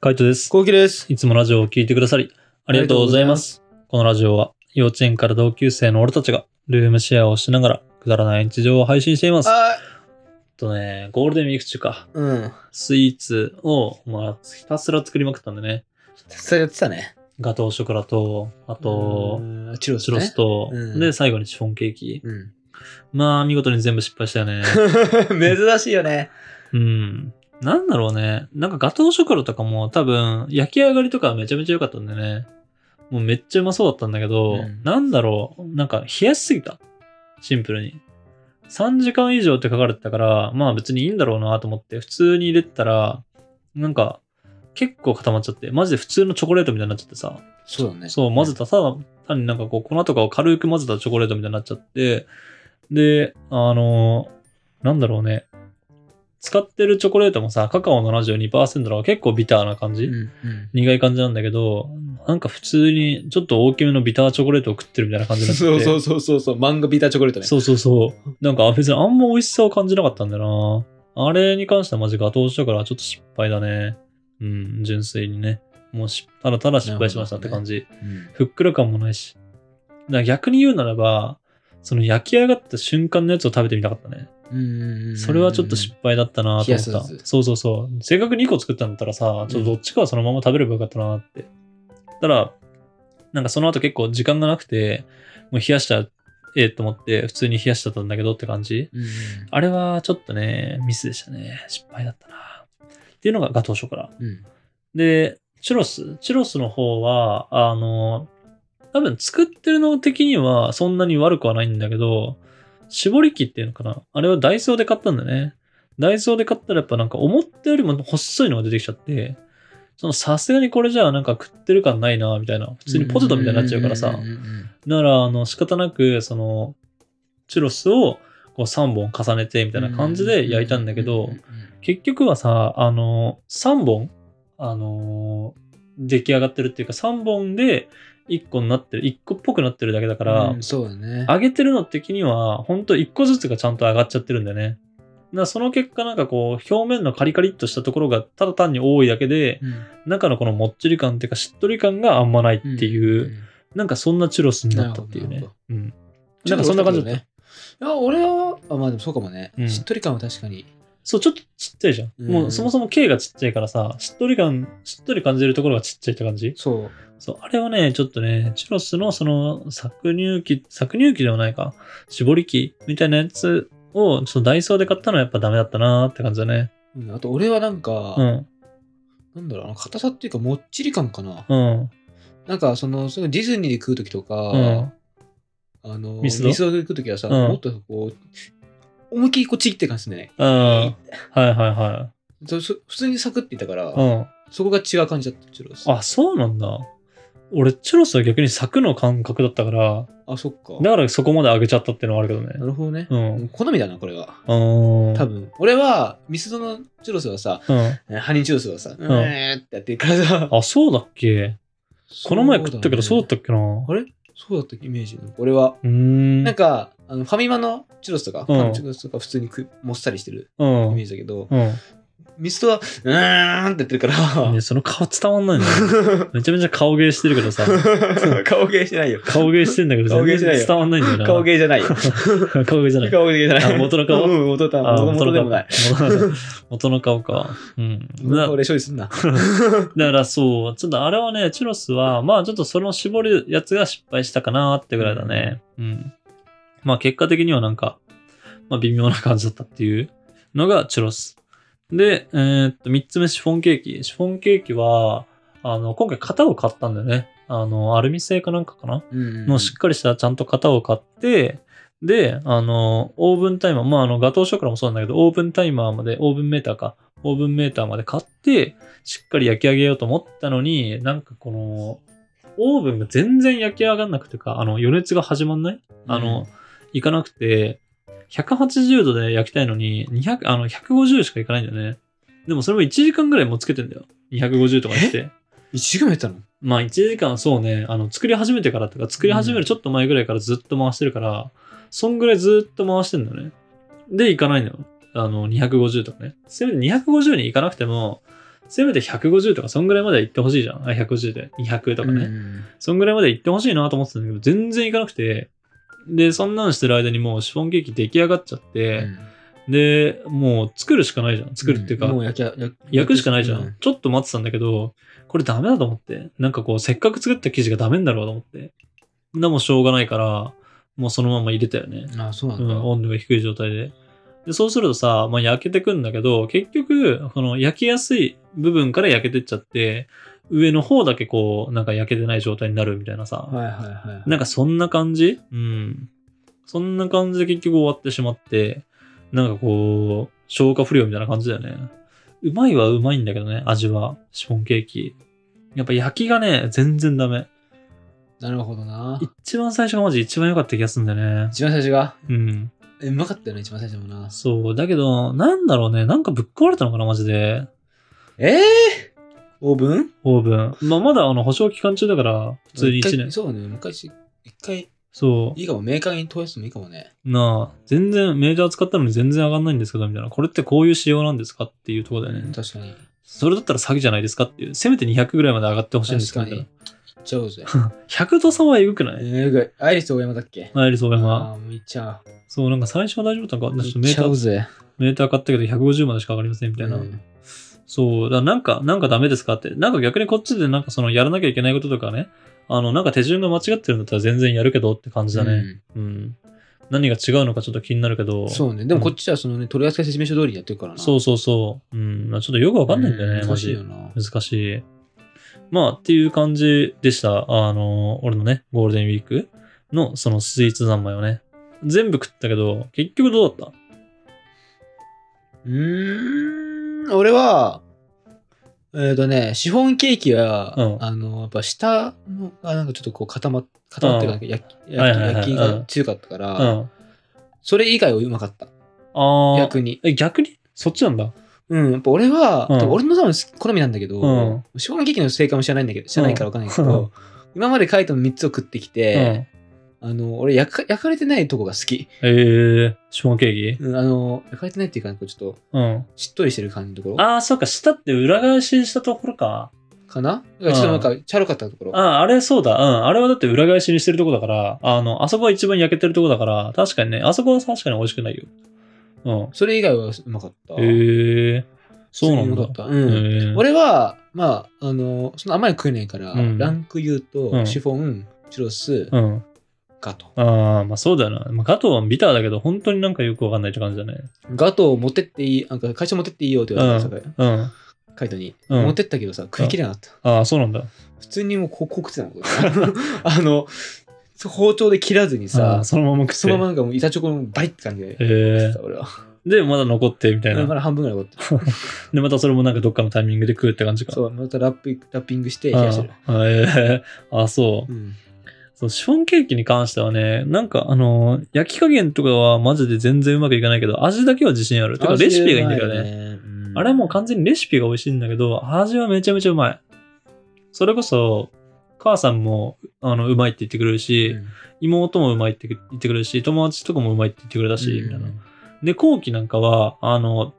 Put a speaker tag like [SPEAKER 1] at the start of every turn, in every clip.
[SPEAKER 1] カイトです。
[SPEAKER 2] こうきです。
[SPEAKER 1] いつもラジオを聴いてくださり、ありがとうございます。このラジオは、幼稚園から同級生の俺たちが、ルームシェアをしながら、くだらない日常を配信しています。えっ
[SPEAKER 2] あ
[SPEAKER 1] とね、ゴールデンウィーク中か、
[SPEAKER 2] うん。
[SPEAKER 1] スイーツを、まあ、ひたすら作りまくったんでね。
[SPEAKER 2] それやってたね。
[SPEAKER 1] ガトーショコラと、あと、
[SPEAKER 2] うん、チュロス、
[SPEAKER 1] チ
[SPEAKER 2] ね。
[SPEAKER 1] ュロスと、
[SPEAKER 2] うん
[SPEAKER 1] で、最後にシフォンケーキ。
[SPEAKER 2] うん。
[SPEAKER 1] まあ、見事に全部失敗したよね。
[SPEAKER 2] 珍しいよね。
[SPEAKER 1] うん。なんだろうね。なんかガトーショコラとかも多分焼き上がりとかはめちゃめちゃ良かったんでね。もうめっちゃうまそうだったんだけど、
[SPEAKER 2] うん
[SPEAKER 1] なんだろう。なんか冷やしすぎた。シンプルに。3時間以上って書かれてたから、まあ別にいいんだろうなと思って、普通に入れてたら、なんか結構固まっちゃって、マジで普通のチョコレートみたいになっちゃってさ。
[SPEAKER 2] そうだね。
[SPEAKER 1] そう、混ぜた、ただ単になんかこう、粉とかを軽く混ぜたチョコレートみたいになっちゃって、で、あのーなんだろうね。使ってるチョコレートもさ、カカオ72%の結構ビターな感じ、
[SPEAKER 2] うん。
[SPEAKER 1] 苦い感じなんだけど、なんか普通にちょっと大きめのビターチョコレートを食ってるみたいな感
[SPEAKER 2] うん。
[SPEAKER 1] じになって
[SPEAKER 2] そうそうそうそうそう。漫画ビターチョコレートね。
[SPEAKER 1] そうそうそう。なんか別にあんま美味しさを感じなかったんだよな。あれに関してはマジガトーショコラはちょっと失敗だね。うん、純粋にね。もうし、ただただ失敗しましたって感じ。
[SPEAKER 2] うん。
[SPEAKER 1] ふっくら感もないし。だから逆に言うならば、その焼き上がった瞬間のやつを食べてみたかったね。
[SPEAKER 2] うん。
[SPEAKER 1] それはちょっと失敗だったなと
[SPEAKER 2] 冷や
[SPEAKER 1] 思っ
[SPEAKER 2] す
[SPEAKER 1] た
[SPEAKER 2] やつ。
[SPEAKER 1] そうそうそう。せっかく2個作ったんだったらさ、ちょっとどっちかはそのまま食べればよかったなって。ただ、なんかその後結構時間がなくて、もう冷やしちゃええと思って、普通に冷やしちゃったんだけどって感じ。
[SPEAKER 2] うん。
[SPEAKER 1] あれはちょっとね、ミスでしたね。失敗だったな。っていうのがガトーショコラ。
[SPEAKER 2] うん。
[SPEAKER 1] で、チュロス、チュロスの方は、あの、多分作ってるの的にはそんなに悪くはないんだけど、絞り器っていうのかなあれはダイソーで買ったんだね。ダイソーで買ったらやっぱなんか思ったよりも細いのが出てきちゃって、そのさすがにこれじゃあなんか食ってる感ないな、みたいな。普通にポテトみたいになっちゃうからさ
[SPEAKER 2] ん。ん
[SPEAKER 1] だから、あの、仕方なく、その、チュロスをこう3本重ねてみたいな感じで焼いたんだけど、、結局はさ、あの、3本、あのー出来上がってるっていうか、3本で1個になってる、1個っぽくなってるだけだか、
[SPEAKER 2] からそうだね。
[SPEAKER 1] 上げてるの的には、ほんと1個ずつがちゃんと上がっちゃってるんだよね。だからその結果なんかこう、表面のカリカリっとしたところがただ単に多いだけで、
[SPEAKER 2] うん
[SPEAKER 1] 中のこのもっちり感っていうか、しっとり感があんまないっていう、。なんかそんなチュロスになったっていう
[SPEAKER 2] な
[SPEAKER 1] ね
[SPEAKER 2] るほ。
[SPEAKER 1] うん。なんかそんな感じだった。
[SPEAKER 2] ね。いや、俺は、あまあでもそうかもね
[SPEAKER 1] う。ん
[SPEAKER 2] しっとり感は確かに。
[SPEAKER 1] そう、ちょっとちっちゃいじゃん。
[SPEAKER 2] うん
[SPEAKER 1] もうそもそも径がちっちゃいからさ、しっとり感、しっとり感じるところがちっちゃいって感じ
[SPEAKER 2] そう。
[SPEAKER 1] そう、あれはね、ちょっとね、チュロスのその搾乳機、搾乳機ではないか、絞り機みたいなやつを、ちょっとダイソーで買ったのはやっぱダメだったなーって感じだね。
[SPEAKER 2] うんあと俺はなんか、
[SPEAKER 1] うん、
[SPEAKER 2] なんだろうな、硬さっていうか、もっちり感かな。
[SPEAKER 1] うん、
[SPEAKER 2] なんか、その、そのディズニーで食うときとか、
[SPEAKER 1] うん。
[SPEAKER 2] あの、
[SPEAKER 1] ミ
[SPEAKER 2] ミ
[SPEAKER 1] ス
[SPEAKER 2] ス
[SPEAKER 1] ド
[SPEAKER 2] ドで食うときはさ、
[SPEAKER 1] うん
[SPEAKER 2] もっとこう、思いっきりこうちぎって感じでね。
[SPEAKER 1] うん。はいはいは
[SPEAKER 2] そそ普通にサクっていったから、
[SPEAKER 1] い。うん。
[SPEAKER 2] そこが違う感じだった、チュロス。
[SPEAKER 1] あ、そうなんだ。俺、チュロスは逆に柵の感覚だったから、
[SPEAKER 2] あ、そっか。
[SPEAKER 1] だからそこまで上げちゃったっていうのはあるけどね
[SPEAKER 2] な。るほどね。
[SPEAKER 1] うん。
[SPEAKER 2] 好みだな、これは。
[SPEAKER 1] うん。
[SPEAKER 2] 多。分。俺は、ミスドのチュロスはさ、
[SPEAKER 1] うん。
[SPEAKER 2] ハニーチュロスはさ、うーってやってるからさ。
[SPEAKER 1] あ、そうだっけこの前食ったけどそうだったたっけなう
[SPEAKER 2] あれそうだったっけイメージ。俺は。
[SPEAKER 1] ーん。
[SPEAKER 2] なんか、あのファミマのチュロスとか、
[SPEAKER 1] うん
[SPEAKER 2] パンチュロスとか普通に食うもっさりしてる
[SPEAKER 1] う
[SPEAKER 2] イ
[SPEAKER 1] ん。
[SPEAKER 2] メージだけど、
[SPEAKER 1] うん。
[SPEAKER 2] ミストは、うーんってやってるから、
[SPEAKER 1] ね、その顔伝わんないのよ。 めちゃめちゃ顔芸してるけどさ。
[SPEAKER 2] 顔芸してないよ。
[SPEAKER 1] 顔芸してんだけど、
[SPEAKER 2] 顔
[SPEAKER 1] 全
[SPEAKER 2] 芸してない
[SPEAKER 1] 然
[SPEAKER 2] よ
[SPEAKER 1] 伝わんないんだよな。
[SPEAKER 2] 顔芸じゃないよ。
[SPEAKER 1] 顔芸じゃない。
[SPEAKER 2] 顔芸じゃない。
[SPEAKER 1] あ元の顔
[SPEAKER 2] うん、元の
[SPEAKER 1] あ
[SPEAKER 2] 顔。元々でもない。。
[SPEAKER 1] 元の顔か。 うん。だ
[SPEAKER 2] 俺処理すん
[SPEAKER 1] だ
[SPEAKER 2] な。
[SPEAKER 1] からそう、ちょっとあれはね、チュロスは、まあちょっとその絞るやつが失敗したかなってぐらいだね。うん。まあ結果的にはなんか、まあ微妙な感じだったっていうのがチュロス。で、えーっと、3つ目シフォンケーキ。シフォンケーキは、あの、今回型を買ったんだよね。あの、アルミ製かなんかかなのしっかりしたちゃんと型を買って、で、あの、オーブンタイマー、まあ、あの、ガトーショコラもそうなんだけど、オーブンタイマーまで、オーブンメーターか、オーブンメーターまで買って、しっかり焼き上げようと思ったのに、なんかこの、オーブンが全然焼き上がんなくてか、あの、余熱が始まんないあの、いかなくて、180度で焼きたいのに、200、あの、150しかいかないんだよね。でもそれも1時間ぐらいもうつけてんだよ。250とかにして。
[SPEAKER 2] 一時間やったの
[SPEAKER 1] まあ1時間そうね、あの作り始めてからとか、作り始めるちょっと前ぐらいからずっと回してるから、そんぐらいずっと回してんだよね。で、行かないのよ。あの、250とかね。せめて250に行かなくても、せめて150とか、そんぐらいまでは行ってほしいじゃん。あ、150で。200とかね。
[SPEAKER 2] うん
[SPEAKER 1] そんぐらいまで行ってほしいなと思ってたんだけど、全然行かなくて。で、そんなんしてる間にもうシフォンケーキ出来上がっちゃって、で、もう作るしかないじゃん。作るっていうか、
[SPEAKER 2] もう焼きゃ焼
[SPEAKER 1] 焼くしかないじゃん、
[SPEAKER 2] うん
[SPEAKER 1] ちょっと待ってたんだけど、これダメだと思って。なんかこう、せっかく作った生地がダメになるわと思って。でもしょうがないから、もうそのまま入れたよね。
[SPEAKER 2] ああ、そうなん
[SPEAKER 1] う
[SPEAKER 2] だ。
[SPEAKER 1] ん、温度が低い状態で。でそうするとさ、まあ、焼けてくんだけど、結局、この焼きやすい部分から焼けてっちゃって、上の方だけこう、なんか焼けてない状態になるみたいなさ。
[SPEAKER 2] はいはいはい。
[SPEAKER 1] なんかそんな感じうん。そんな感じで結局終わってしまって、なんかこう、消化不良みたいな感じだよね。うまいはうまいんだけどね、味は。シフォンケーキ。やっぱ焼きがね、全然ダメ。
[SPEAKER 2] なるほどな。
[SPEAKER 1] 一番最初がマジ一番良かった気がするんだよね。
[SPEAKER 2] 一番最初が
[SPEAKER 1] うん。
[SPEAKER 2] えうまかったよね、一番最初もな。
[SPEAKER 1] そう。だけど、なんだろうね。なんかぶっ壊れたのかな、マジで。
[SPEAKER 2] ええオーブン
[SPEAKER 1] オーブン。まあ、まだあの、保証期間中だから、普通に
[SPEAKER 2] 一
[SPEAKER 1] 1
[SPEAKER 2] 回
[SPEAKER 1] 年。
[SPEAKER 2] そうだね、昔、一回、
[SPEAKER 1] そう。
[SPEAKER 2] いいかも、メーカーに問い合わせてもいいかもね。
[SPEAKER 1] なあ、全然、メジャー使ったのに全然上がんないんですけど、みたいな。これってこういう仕様なんですかっていうところだよね。
[SPEAKER 2] 確かに。
[SPEAKER 1] それだったら詐欺じゃないですかっていう。せめて200ぐらいまで上がってほしいんです
[SPEAKER 2] 確
[SPEAKER 1] けど、
[SPEAKER 2] か
[SPEAKER 1] みたいな
[SPEAKER 2] に。ちゃうぜ。
[SPEAKER 1] 100と3はえぐくない
[SPEAKER 2] えー、ぐらい。アイリス大山だっけ
[SPEAKER 1] アイリスオーヤマ。
[SPEAKER 2] ああ、もういっちゃう。
[SPEAKER 1] そう、なんか最初は大丈夫だったのか。ちょっとメ
[SPEAKER 2] いっ
[SPEAKER 1] ー
[SPEAKER 2] ち
[SPEAKER 1] タ
[SPEAKER 2] ゃう
[SPEAKER 1] ー、
[SPEAKER 2] ぜ。
[SPEAKER 1] メーター買ったけど150までしか上がりません、みたいな。
[SPEAKER 2] うん
[SPEAKER 1] そう、だからなんか、なんかダメですかって。なんか逆にこっちでなんかそのやらなきゃいけないこととかね。あの、なんか手順が間違ってるんだったら全然やるけどって感じだね。うん。何が違うのかちょっと気になるけど。
[SPEAKER 2] うんそうね。でもこっちはそのね、取扱説明書通りにやってるからな。、
[SPEAKER 1] そううそうそう。うん。ちょっとよくわかんないんだよね、
[SPEAKER 2] 難
[SPEAKER 1] マ
[SPEAKER 2] しい
[SPEAKER 1] ジ
[SPEAKER 2] よ。な。
[SPEAKER 1] 難しい。まあ、っていう感じでした。あの、俺のね、ゴールデンウィークのそのスイーツ三昧をね。全部食ったけど、結局どうだっ
[SPEAKER 2] うーん、俺は、えっ、とね、シフォンケーキは、
[SPEAKER 1] うん
[SPEAKER 2] あの、やっぱ下のがなんかちょっとこう固まっ固まってるか焼き、
[SPEAKER 1] はいは
[SPEAKER 2] 焼
[SPEAKER 1] い
[SPEAKER 2] き
[SPEAKER 1] はい
[SPEAKER 2] 焼き
[SPEAKER 1] う
[SPEAKER 2] が
[SPEAKER 1] ん
[SPEAKER 2] 強かったから、
[SPEAKER 1] たうん。
[SPEAKER 2] それ以外はうまかった。
[SPEAKER 1] ああ。
[SPEAKER 2] 逆に。
[SPEAKER 1] え、逆にそっちなんだ。
[SPEAKER 2] うん、やっぱ俺は、
[SPEAKER 1] うん
[SPEAKER 2] 多分俺の多分好みなんだけど、
[SPEAKER 1] う
[SPEAKER 2] シフォンケーキの正解も知らないんだけど、知らないからわかんないけ
[SPEAKER 1] う
[SPEAKER 2] ど、今まで書いたの3つを食ってきて、
[SPEAKER 1] うん。
[SPEAKER 2] あの、俺焼か、焼かれてないとこが好き。
[SPEAKER 1] えー、シフォンケーキ
[SPEAKER 2] うん、あの、焼かれてないっていうか、こうちょっと、
[SPEAKER 1] うん。
[SPEAKER 2] しっとりしてる感じのところ
[SPEAKER 1] ああ、そうか、下って裏返ししたところか。
[SPEAKER 2] かなだからちょっとなんか、チャラかったところ。
[SPEAKER 1] ああ、あれそうだ。うん。あれはだって裏返しにしてるとこだから、あの、あそこは一番焼けてるとこだから、確かにね、あそこは確かに美味しくないよ。うん。
[SPEAKER 2] それ以外はうまかった。
[SPEAKER 1] へえ。そうなんだ
[SPEAKER 2] 普通にうまかった。うん
[SPEAKER 1] へえ
[SPEAKER 2] 俺は、まあ、あの、その甘いの食えないから、
[SPEAKER 1] うん
[SPEAKER 2] ランク言う
[SPEAKER 1] う
[SPEAKER 2] と、
[SPEAKER 1] ん
[SPEAKER 2] シフォン、チュロス、
[SPEAKER 1] うん。
[SPEAKER 2] ガト
[SPEAKER 1] ああ、まあそうだよな。まあ、ガトーはビターだけど、本当になんかよくわかんないって感じだね。
[SPEAKER 2] ー。ガトー持ってっていい、なんか会社持ってっていいよって言われたからさ、
[SPEAKER 1] うん。
[SPEAKER 2] カイトに。
[SPEAKER 1] うん
[SPEAKER 2] 持ってったけどさ、食い切れなかった。
[SPEAKER 1] ああ、そうなんだ。
[SPEAKER 2] 普通にもうこうこう食ってたの。こ れあの、包丁で切らずに
[SPEAKER 1] さ
[SPEAKER 2] さ
[SPEAKER 1] あ、、そのまま食って。
[SPEAKER 2] そのままなんかもう板チョコのバイって感じで
[SPEAKER 1] へ
[SPEAKER 2] 食っ
[SPEAKER 1] え
[SPEAKER 2] てた、俺は。
[SPEAKER 1] で、まだ残って、みたい
[SPEAKER 2] ま
[SPEAKER 1] な。
[SPEAKER 2] だ半分ぐらい 残って
[SPEAKER 1] で、またそれもなんかどっかのタイミングで食うって感じ
[SPEAKER 2] る。
[SPEAKER 1] か。
[SPEAKER 2] そう、またラップラッピングして冷
[SPEAKER 1] あ
[SPEAKER 2] やしてる。
[SPEAKER 1] あへえああ、そうう。
[SPEAKER 2] ん。
[SPEAKER 1] そう、シフォンケーキに関してはね、なんかあの、焼き加減とかはマジで全然うまくいかないけど、味だけは自信ある。てか、レシピがいいんだけどね。
[SPEAKER 2] うん
[SPEAKER 1] あれはもう完全にレシピが美味しいんだけど、味はめちゃめちゃうまい。それこそ、母さんも、あの、うまいって言ってくれるし、
[SPEAKER 2] うん
[SPEAKER 1] 妹もうまいって言ってくれるし、友達とかもうまいって言ってくれたし、みたいな。で、後期なんかは、あの、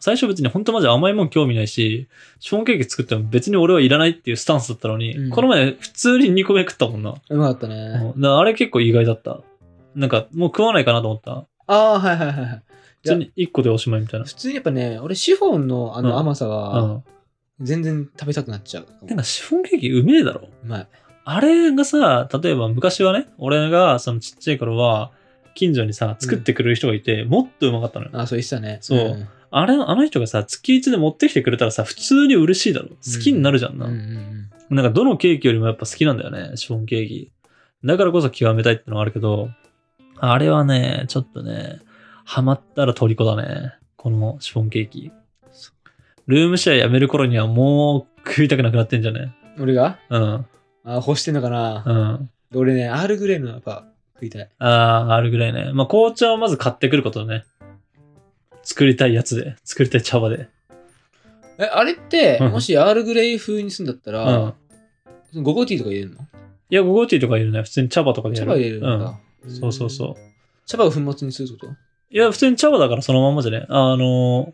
[SPEAKER 1] 最初別に本当マジ甘いもん興味ないし、シフォンケーキ作っても別に俺はいらないっていうスタンスだったのに、
[SPEAKER 2] うん
[SPEAKER 1] この前普通に2個目食ったもんな。
[SPEAKER 2] うまかった
[SPEAKER 1] うん
[SPEAKER 2] ね。
[SPEAKER 1] だからあれ結構意外だった。なんかもう食わないかなと思った。
[SPEAKER 2] ああ、はいはいはいはい。
[SPEAKER 1] 普通に1個でおしまいみたいな。
[SPEAKER 2] 普通にやっぱね、俺シフォンのあ
[SPEAKER 1] うん
[SPEAKER 2] の甘さ
[SPEAKER 1] う
[SPEAKER 2] が
[SPEAKER 1] ん。
[SPEAKER 2] 全然食べたくなっちゃう。
[SPEAKER 1] てかシフォンケーキうめえだろ。
[SPEAKER 2] うまい。
[SPEAKER 1] あれがさ、例えば昔はね、俺がそのちっちゃい頃は、近所にさ、作ってくれる人がいて、もっとうまかったのよ。
[SPEAKER 2] ああ、そう言ってたね。
[SPEAKER 1] そうんあれ、あの人がさ、月一で持ってきてくれたらさ、普通に嬉しいだろ。好きになるじゃんな。
[SPEAKER 2] うんうん
[SPEAKER 1] なんかどのケーキよりもやっぱ好きなんだよね、シフォンケーキ。だからこそ極めたいってのはあるけど、あれはね、ちょっとね、ハマったら虜だね。このシフォンケーキ。ルームシェアやめる頃にはもう食いたくなくなってんじゃね
[SPEAKER 2] うん。俺が
[SPEAKER 1] うん、
[SPEAKER 2] ああ、干してんのかな
[SPEAKER 1] う。ん。
[SPEAKER 2] 俺ね、アールグレーのやっぱ食いたい。
[SPEAKER 1] ああ、あるぐらいね。まあ、紅茶をまず買ってくることね。作りたいやつで、作りたい茶葉で。
[SPEAKER 2] え、あれって、
[SPEAKER 1] うん
[SPEAKER 2] もしアールグレイ風にするんだった
[SPEAKER 1] う
[SPEAKER 2] ら
[SPEAKER 1] ん、。
[SPEAKER 2] ゴゴティーとか入れるの
[SPEAKER 1] いや、ゴゴティーとか入れない。普通に茶葉とかでや
[SPEAKER 2] 茶
[SPEAKER 1] る。
[SPEAKER 2] 葉入れるんだ。。
[SPEAKER 1] うん。そうそうそうう。
[SPEAKER 2] 茶葉を粉末にするってこと
[SPEAKER 1] いや、普通に茶葉だからそのまんまじゃね。あのー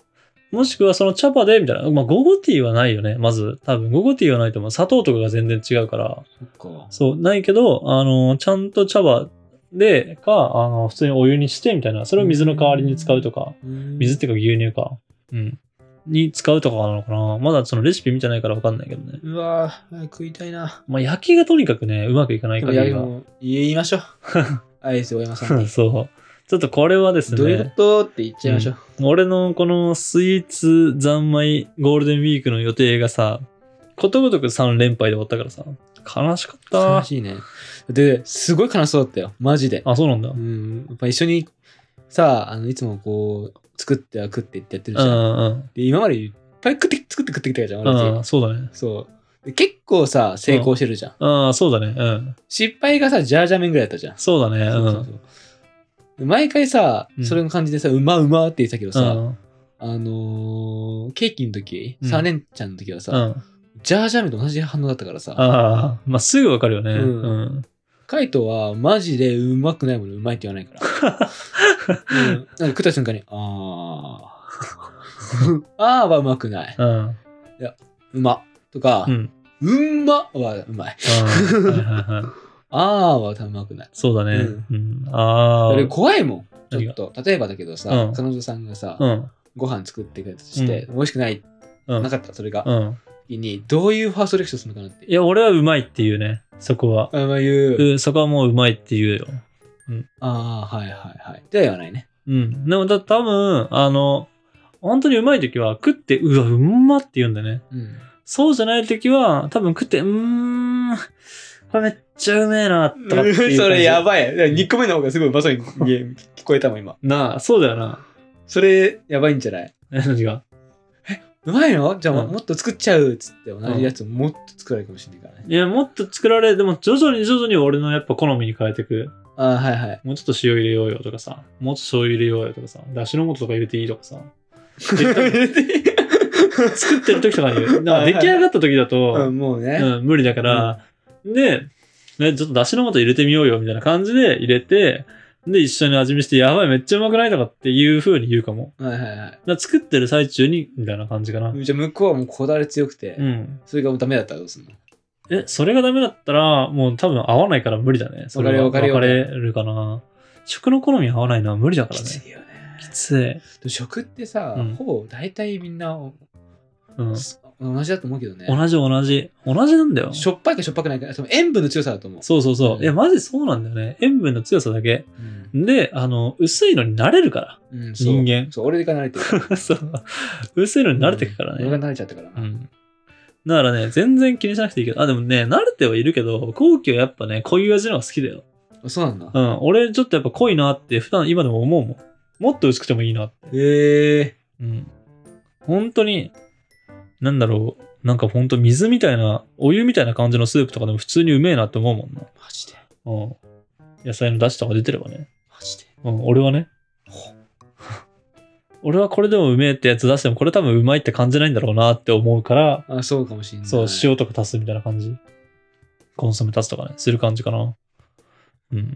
[SPEAKER 1] もしくはその茶葉で、みたいな。まあ、ゴゴティーはないよね、まず。多分、ゴゴティーはないと思う。砂糖とかが全然違うから。
[SPEAKER 2] そっか。
[SPEAKER 1] そう、ないけど、あの、ちゃんと茶葉でか、あの、普通にお湯にして、みたいな。それを水の代わりに使うとか。水
[SPEAKER 2] 水
[SPEAKER 1] っていうか牛乳か。うん。に使うとかなのかな。まだそのレシピ見てないからわかんないけどね。
[SPEAKER 2] うわぁ、食いたいな。
[SPEAKER 1] まあ、焼きがとにかくね、うまくいかない
[SPEAKER 2] で
[SPEAKER 1] か
[SPEAKER 2] も
[SPEAKER 1] ら
[SPEAKER 2] やりも、言いましょ う。あれですよ、大山さんに。
[SPEAKER 1] そう。ちょっとこれはです
[SPEAKER 2] どういう
[SPEAKER 1] ね、
[SPEAKER 2] ことって言っちゃいましょう。
[SPEAKER 1] 俺のこのスイーツ三昧ゴールデンウィークの予定がさ、ことごとく3連敗で終わったからさ、悲しかっ
[SPEAKER 2] 悲しいね。で、すごい悲しそうだったよ。マジで
[SPEAKER 1] た。。あ、そうなんだ。う
[SPEAKER 2] うんん。やっぱ一緒に、さあ、あの、いつもこう、作っては食ってってやってる
[SPEAKER 1] う
[SPEAKER 2] じゃん。
[SPEAKER 1] ん
[SPEAKER 2] で、今までいっぱい食って、作って食ってきたじゃ
[SPEAKER 1] う
[SPEAKER 2] ん、俺
[SPEAKER 1] ん。う
[SPEAKER 2] た
[SPEAKER 1] ん、
[SPEAKER 2] ち。
[SPEAKER 1] そうだね。
[SPEAKER 2] そう。で結構さ、成功してるじゃん。
[SPEAKER 1] うん、そうだね。うん。
[SPEAKER 2] 失敗がさ、ジャージャー麺ぐらいだったじゃん。
[SPEAKER 1] そうだね。う。
[SPEAKER 2] そうそうんそうで毎回さ
[SPEAKER 1] う、ん
[SPEAKER 2] それの感じでさ、うまうまって言ってたけど
[SPEAKER 1] う
[SPEAKER 2] さ、
[SPEAKER 1] ん。
[SPEAKER 2] あのーケーキの時、
[SPEAKER 1] うん
[SPEAKER 2] 3連ちゃんの時は
[SPEAKER 1] う
[SPEAKER 2] さ、
[SPEAKER 1] ん。
[SPEAKER 2] ジャージャー麺と同じ反応だったからさ、
[SPEAKER 1] ああ、まあ、すぐわかるよね。
[SPEAKER 2] う
[SPEAKER 1] うんん。
[SPEAKER 2] カイトはマジでうまくないものうまいって言わない から。うん、なんか食った瞬間に、あー。 あーはうまくない。
[SPEAKER 1] うん。
[SPEAKER 2] うま。とか
[SPEAKER 1] う、ん。
[SPEAKER 2] うんまはうまい。
[SPEAKER 1] うんはいはいはい
[SPEAKER 2] あーはうまくない。
[SPEAKER 1] そうだね。うん。ああ。
[SPEAKER 2] 俺怖いもん。ち
[SPEAKER 1] 何
[SPEAKER 2] ょ
[SPEAKER 1] が
[SPEAKER 2] っと。例えばだけど
[SPEAKER 1] う
[SPEAKER 2] さ
[SPEAKER 1] ん、
[SPEAKER 2] 彼女さんがさ
[SPEAKER 1] う、ん。
[SPEAKER 2] ご飯作ってくれたとして、美味しくない、
[SPEAKER 1] うん
[SPEAKER 2] なかった、それが。
[SPEAKER 1] うん。
[SPEAKER 2] 時にどういうファーストレクションするのかなって。
[SPEAKER 1] いや、俺はうまいっていうね。そこは。
[SPEAKER 2] あまあ言う。
[SPEAKER 1] うん、そこはもううまいって言うよ。
[SPEAKER 2] ああ、はいはいはい。では言わないね。
[SPEAKER 1] うん。でも、だ多分、あの、本当にうまい時は食って、うわ、うまって言うんだよね。
[SPEAKER 2] うん。
[SPEAKER 1] そうじゃない時は、多分食って、うーん、これめっちゃうめえな、とかっていう感じ。
[SPEAKER 2] それや
[SPEAKER 1] ば
[SPEAKER 2] ばい。2個目の方がすごいまさに聞こえたもん、今。
[SPEAKER 1] なあ、そうだよな。
[SPEAKER 2] それやばいんじゃない
[SPEAKER 1] え何が
[SPEAKER 2] うまいのじゃあ、
[SPEAKER 1] うん
[SPEAKER 2] もっと作っちゃうっつって同じやつをもっと作られるかもしれないからね。
[SPEAKER 1] いや、もっと作られ、でも徐々に徐々に俺のやっぱ好みに変えてく。
[SPEAKER 2] ああ、はいはい。
[SPEAKER 1] もうちょっと塩入れようよとかさ、もうちょっと醤油入れようよとかさ、だしの素とか入れていいとかさ、 作ってる時 とかに言う。だから出来上がった時だ
[SPEAKER 2] う
[SPEAKER 1] と、
[SPEAKER 2] ん、もうね。
[SPEAKER 1] うん、無理だから、で、ね、ちょっとだしの素入れてみようよみたいな感じで入れて、で、一緒に味見して、やばい、めっちゃうまくないとかっていう風に言うかも。
[SPEAKER 2] はいはいは
[SPEAKER 1] だから作ってる最中に、みたいな感じかな。
[SPEAKER 2] い。じゃあ、向こうはもうこだわり強くて、
[SPEAKER 1] うん。
[SPEAKER 2] それがもうダメだったらどうすんの
[SPEAKER 1] え、それがダメだったら、もう多分合わないから無理だね。それは
[SPEAKER 2] わかるよわ
[SPEAKER 1] 分
[SPEAKER 2] か
[SPEAKER 1] か
[SPEAKER 2] る
[SPEAKER 1] れるかな。食の好み合わないのは無理だから
[SPEAKER 2] き
[SPEAKER 1] ね。
[SPEAKER 2] ついよね。
[SPEAKER 1] きつい。
[SPEAKER 2] でも食ってさ、
[SPEAKER 1] うん
[SPEAKER 2] ほぼ大体みんな
[SPEAKER 1] うん。
[SPEAKER 2] 同じだと思うけどね。
[SPEAKER 1] 同じ同じ。同じなんだよ。
[SPEAKER 2] しょっぱいかしょっぱくないか、その塩分の強さだと思う。
[SPEAKER 1] そうそうそうう。
[SPEAKER 2] ん
[SPEAKER 1] いや、マジそうなんだよね。塩分の強さだけ。
[SPEAKER 2] うん
[SPEAKER 1] で、あの、薄いのに慣れるか
[SPEAKER 2] うん、そう
[SPEAKER 1] 人間
[SPEAKER 2] そう、俺が慣れてるから。
[SPEAKER 1] ら。そう。薄いのに 慣れてくから
[SPEAKER 2] 俺
[SPEAKER 1] ね。
[SPEAKER 2] が慣れちゃったから
[SPEAKER 1] う
[SPEAKER 2] な。
[SPEAKER 1] ん。だからね、全然気にしなくていいけど、あ、でもね、慣れてはいるけど、後期はやっぱね、こういう味の方が好きだよ。
[SPEAKER 2] そうなんだ
[SPEAKER 1] う。ん。俺、ちょっとやっぱ濃いなって、普段今でも思うもん。もっと薄くてもいいなって。
[SPEAKER 2] へえ。
[SPEAKER 1] うん。本当に、なんだろう。なんかほんと水みたいな、お湯みたいな感じのスープとかでも普通にうめえなって思うもんな。
[SPEAKER 2] マジで。
[SPEAKER 1] うん。野菜の出汁とか出てればね。
[SPEAKER 2] マジで。
[SPEAKER 1] うん、俺はね。 俺はこれでもうめえってやつ出しても、これ多分うまいって感じないんだろうなって思うから、
[SPEAKER 2] あ、そうかもしんない。
[SPEAKER 1] そう、塩とか足すみたいな感じ。コンソメ足すとかね、する感じかな。うん。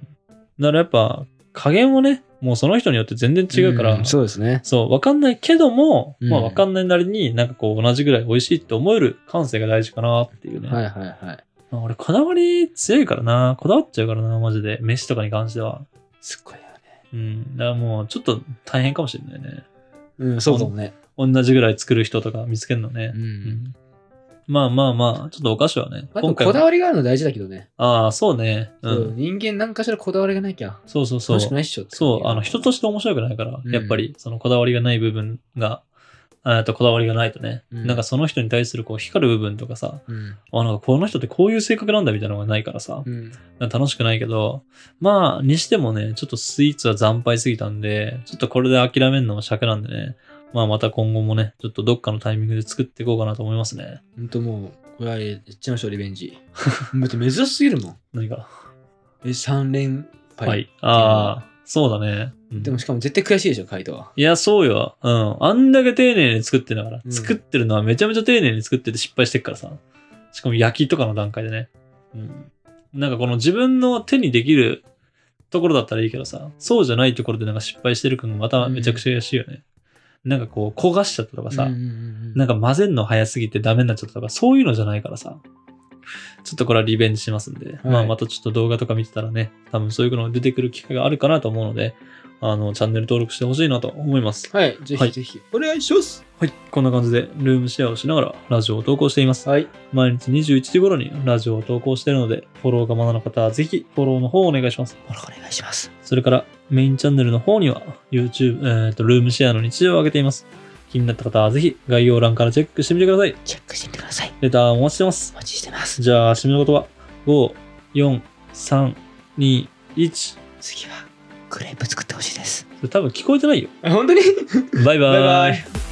[SPEAKER 1] だからやっぱ、加減はね、もうその人によって全然違うから、
[SPEAKER 2] んそうですね。
[SPEAKER 1] そう、わかんないけども、
[SPEAKER 2] うん
[SPEAKER 1] まあわかんないなりに、なんかこう同じぐらい美味しいって思える感性が大事かなっていうね。
[SPEAKER 2] はいはいはい。
[SPEAKER 1] まあ俺こだわり強いからな、こだわっちゃうからな、マジで。飯とかに関しては。
[SPEAKER 2] すっごいよね。
[SPEAKER 1] うん。だからもうちょっと大変かもしれないね。
[SPEAKER 2] うん、そうかもね。
[SPEAKER 1] 同じぐらい作る人とか見つけるのね
[SPEAKER 2] う。。
[SPEAKER 1] うんまあまあまあ、ちょっとお菓子はね。
[SPEAKER 2] あと、こだ
[SPEAKER 1] は
[SPEAKER 2] わりがあるの大事だけどね。
[SPEAKER 1] ああ、そうね。う。
[SPEAKER 2] そうん人間なんかしらこだわりがなきゃ、
[SPEAKER 1] そうそうそう
[SPEAKER 2] 楽し。くないっしょって
[SPEAKER 1] そう、あの、人と
[SPEAKER 2] し
[SPEAKER 1] して面白くないから、
[SPEAKER 2] うん
[SPEAKER 1] やっぱり、そのこだわりがない部分が、あとこだわりがないとね、
[SPEAKER 2] うん
[SPEAKER 1] なんかその人に対するこう光る部分とかさ、
[SPEAKER 2] て。うん。
[SPEAKER 1] あなんかこの人ってこういう性格なんだみたいなのがないからさ、
[SPEAKER 2] うん。
[SPEAKER 1] なんか楽しくないけど、まあ、にしてもね、ちょっとスイーツは惨敗すぎたんで、ちょっとこれで諦めるのも尺なんでね、まあまた今後もね、ちょっとどっかのタイミングで作っていこうかなと思いますね。
[SPEAKER 2] ほんともう、これはやっちゃいましょう、リベンジ。 だって珍しすぎるもん。
[SPEAKER 1] 何か。
[SPEAKER 2] え、3連敗。
[SPEAKER 1] はい。ああ、そうだね。うん
[SPEAKER 2] でもしかも絶対悔しいでしょ、カイトは。
[SPEAKER 1] いや、そうよ。うん。あんだけ丁寧に作ってんだから、
[SPEAKER 2] うん
[SPEAKER 1] 作ってるのはめちゃめちゃ丁寧に作ってて失敗してっからさ。しかも焼きとかの段階でね。うん。なんかこの自分の手にできるところだったらいいけどさ、そうじゃないところでなんか失敗してる感がまためちゃくちゃ悔しいよね。なんかこう焦がしちゃったとかさ、
[SPEAKER 2] うんうんうんうん
[SPEAKER 1] なんか混ぜんの早すぎてダメになっちゃったとか、そういうのじゃないからさ。ちょっとこれはリベンジしますんで、
[SPEAKER 2] はい
[SPEAKER 1] まあまたちょっと動画とか見てたらね、多分そういうの出てくる機会があるかなと思うので、あの、チャンネル登録してほしいなと思います。
[SPEAKER 2] はい、ぜ
[SPEAKER 1] はい
[SPEAKER 2] ひぜひ、お願いします。
[SPEAKER 1] はい、こんな感じでルームシェアをしながらラジオを投稿しています。
[SPEAKER 2] はい、
[SPEAKER 1] 毎日21時頃にラジオを投稿しているので、フォローがまだの方はぜひフォローの方をお願いします。
[SPEAKER 2] お願いします。
[SPEAKER 1] それからメインチャンネルの方には YouTube、えーと、ルームシェアの日常を上げています。気になった方はぜひ概要欄からチェックしてみてください。
[SPEAKER 2] チェックしてみてください。
[SPEAKER 1] レターお待ちしてます。
[SPEAKER 2] お待ちしてます。
[SPEAKER 1] じゃあ、締めの言葉。5、4、3、2、1。
[SPEAKER 2] 次は、クレープ作ってほしいです。
[SPEAKER 1] 多分聞こえてないよ。
[SPEAKER 2] 本当に
[SPEAKER 1] バイバイ。
[SPEAKER 2] バイバイ